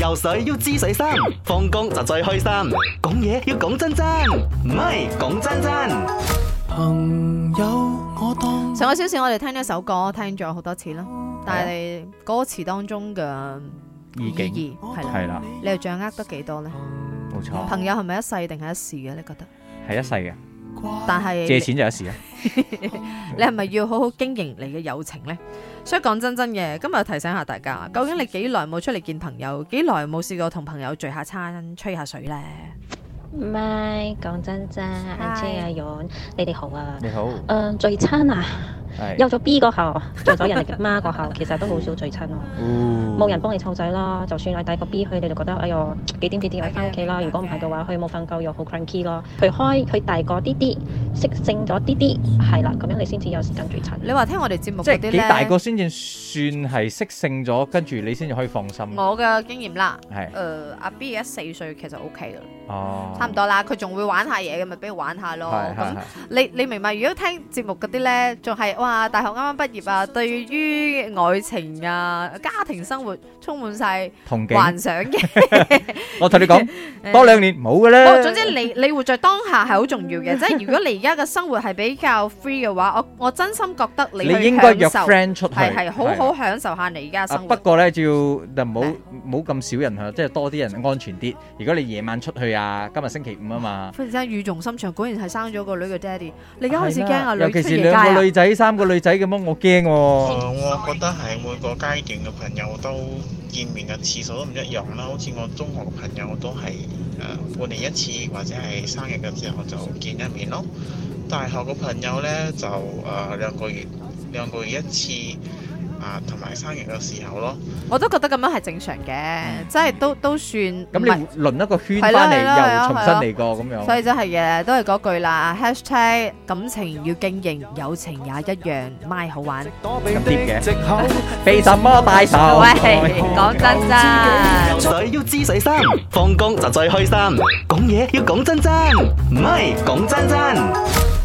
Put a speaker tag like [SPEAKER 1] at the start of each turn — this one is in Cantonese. [SPEAKER 1] 游水要知水深，放工就最開心。講嘢要講真真，唔係講真真。
[SPEAKER 2] 朋友，我當
[SPEAKER 3] 上個小時我哋聽呢一首歌，聽咗好多次啦，
[SPEAKER 4] 啊
[SPEAKER 3] 但係歌詞當中嘅
[SPEAKER 4] 意境
[SPEAKER 3] 意義係啦，
[SPEAKER 4] 哦係哦啦，
[SPEAKER 3] 你又掌握得幾多呢？
[SPEAKER 4] 冇錯，
[SPEAKER 3] 朋友係咪一世定係一時嘅？你覺得？
[SPEAKER 4] 係一世嘅，哦
[SPEAKER 3] 但係
[SPEAKER 4] 借錢就一時啦。
[SPEAKER 3] 你係咪要好好經營你嘅友情呢？所以講真真嘅，今日提醒下大家，究竟你幾耐冇出嚟見朋友，幾耐冇試過同朋友聚下餐、吹下水呢？
[SPEAKER 5] 唔係，講真真，阿姐阿勇，你哋好啊。
[SPEAKER 4] 你好，
[SPEAKER 5] 誒、聚餐啊，有
[SPEAKER 4] 係，
[SPEAKER 5] 咗 B 過後，做咗人哋嘅媽過 後，其實都好少聚餐咯、冇人幫你湊仔啦，就算你帶個 B 去，你就覺得哎呦幾點幾點我翻屋企啦。如果唔係嘅話，佢冇瞓夠又好 cranky 咯。佢開佢大個啲啲，識性咗啲啲，係啦，咁樣你先至有時間聚餐。
[SPEAKER 3] 你話聽我哋節目
[SPEAKER 4] 即
[SPEAKER 3] 嗰
[SPEAKER 4] 係
[SPEAKER 3] 啲
[SPEAKER 4] 幾大個
[SPEAKER 3] 呢，
[SPEAKER 4] 先至算係識性咗，跟住你先至可以放心。
[SPEAKER 3] 我嘅經驗啦，
[SPEAKER 4] 係
[SPEAKER 3] 誒、阿 B 而家四歲，其實 O K 啦，
[SPEAKER 4] 哦，
[SPEAKER 3] 差唔多啦，佢仲會玩下嘢嘅，咪俾佢玩下咯。
[SPEAKER 4] 係，係
[SPEAKER 3] 咁
[SPEAKER 4] 係
[SPEAKER 3] 你你明白？如果聽節目嗰啲呢，仲係哇，大學啱啱畢業啊，對於愛情啊、家庭生活充滿晒
[SPEAKER 4] 同景。
[SPEAKER 3] 幻想 嘅。
[SPEAKER 4] 我同你講，多兩年冇嘅啦。
[SPEAKER 3] 哦，總之你你活在當下係好重要 嘅，即係如果你而家嘅生活係比較 free 嘅話，我我真心覺得你
[SPEAKER 4] 你應
[SPEAKER 3] 應
[SPEAKER 4] 該
[SPEAKER 3] 該
[SPEAKER 4] 約 friend 出去，
[SPEAKER 3] 係係好好
[SPEAKER 4] 係
[SPEAKER 3] 享受下你而家嘅
[SPEAKER 4] 啊。
[SPEAKER 3] 生
[SPEAKER 4] 不
[SPEAKER 3] 活。
[SPEAKER 4] 過咧，就要就唔好
[SPEAKER 3] 係
[SPEAKER 4] 唔好咁少人去，即係多啲人安全啲。如果你夜晚出去啊，今日星期五啊嘛，
[SPEAKER 3] 忽然之間語重心長，果然係生咗個女嘅 daddy。你而
[SPEAKER 4] 而
[SPEAKER 3] 家開始驚啊，
[SPEAKER 4] 尤
[SPEAKER 3] 女
[SPEAKER 4] 其
[SPEAKER 3] 出
[SPEAKER 4] 是
[SPEAKER 3] 夜街啊
[SPEAKER 4] 兩個！女仔、三個女仔咁樣，我驚
[SPEAKER 6] 誒
[SPEAKER 4] 喎。
[SPEAKER 6] 我覺得係每個階段嘅朋友都見面嘅次數都唔一樣啦。好似我中學嘅朋友都係誒半年一次，或者係生日嘅時候就見一面咯。大學嘅朋友呢，就誒、呃、兩個月兩個月一次啊，同埋生日嘅時候咯。
[SPEAKER 3] 我都覺得咁樣係正常嘅，即係都都算唔
[SPEAKER 4] 咁
[SPEAKER 3] 係。
[SPEAKER 4] 你輪一個圈
[SPEAKER 3] 係啦
[SPEAKER 4] 翻
[SPEAKER 3] 係啦係啦
[SPEAKER 4] 嚟，又重新
[SPEAKER 3] 係啦
[SPEAKER 4] 嚟過咁樣。
[SPEAKER 3] 所以真係嘅，都係嗰句啦。#hashtag 感情要經營，友情也一樣咪好玩。
[SPEAKER 4] 咁啲嘅
[SPEAKER 2] 藉 口，
[SPEAKER 4] 被什麼帶手？
[SPEAKER 3] 喂，講真真。
[SPEAKER 1] 游水要知水深，放工就最開心。講嘢要講真真，唔係講真真。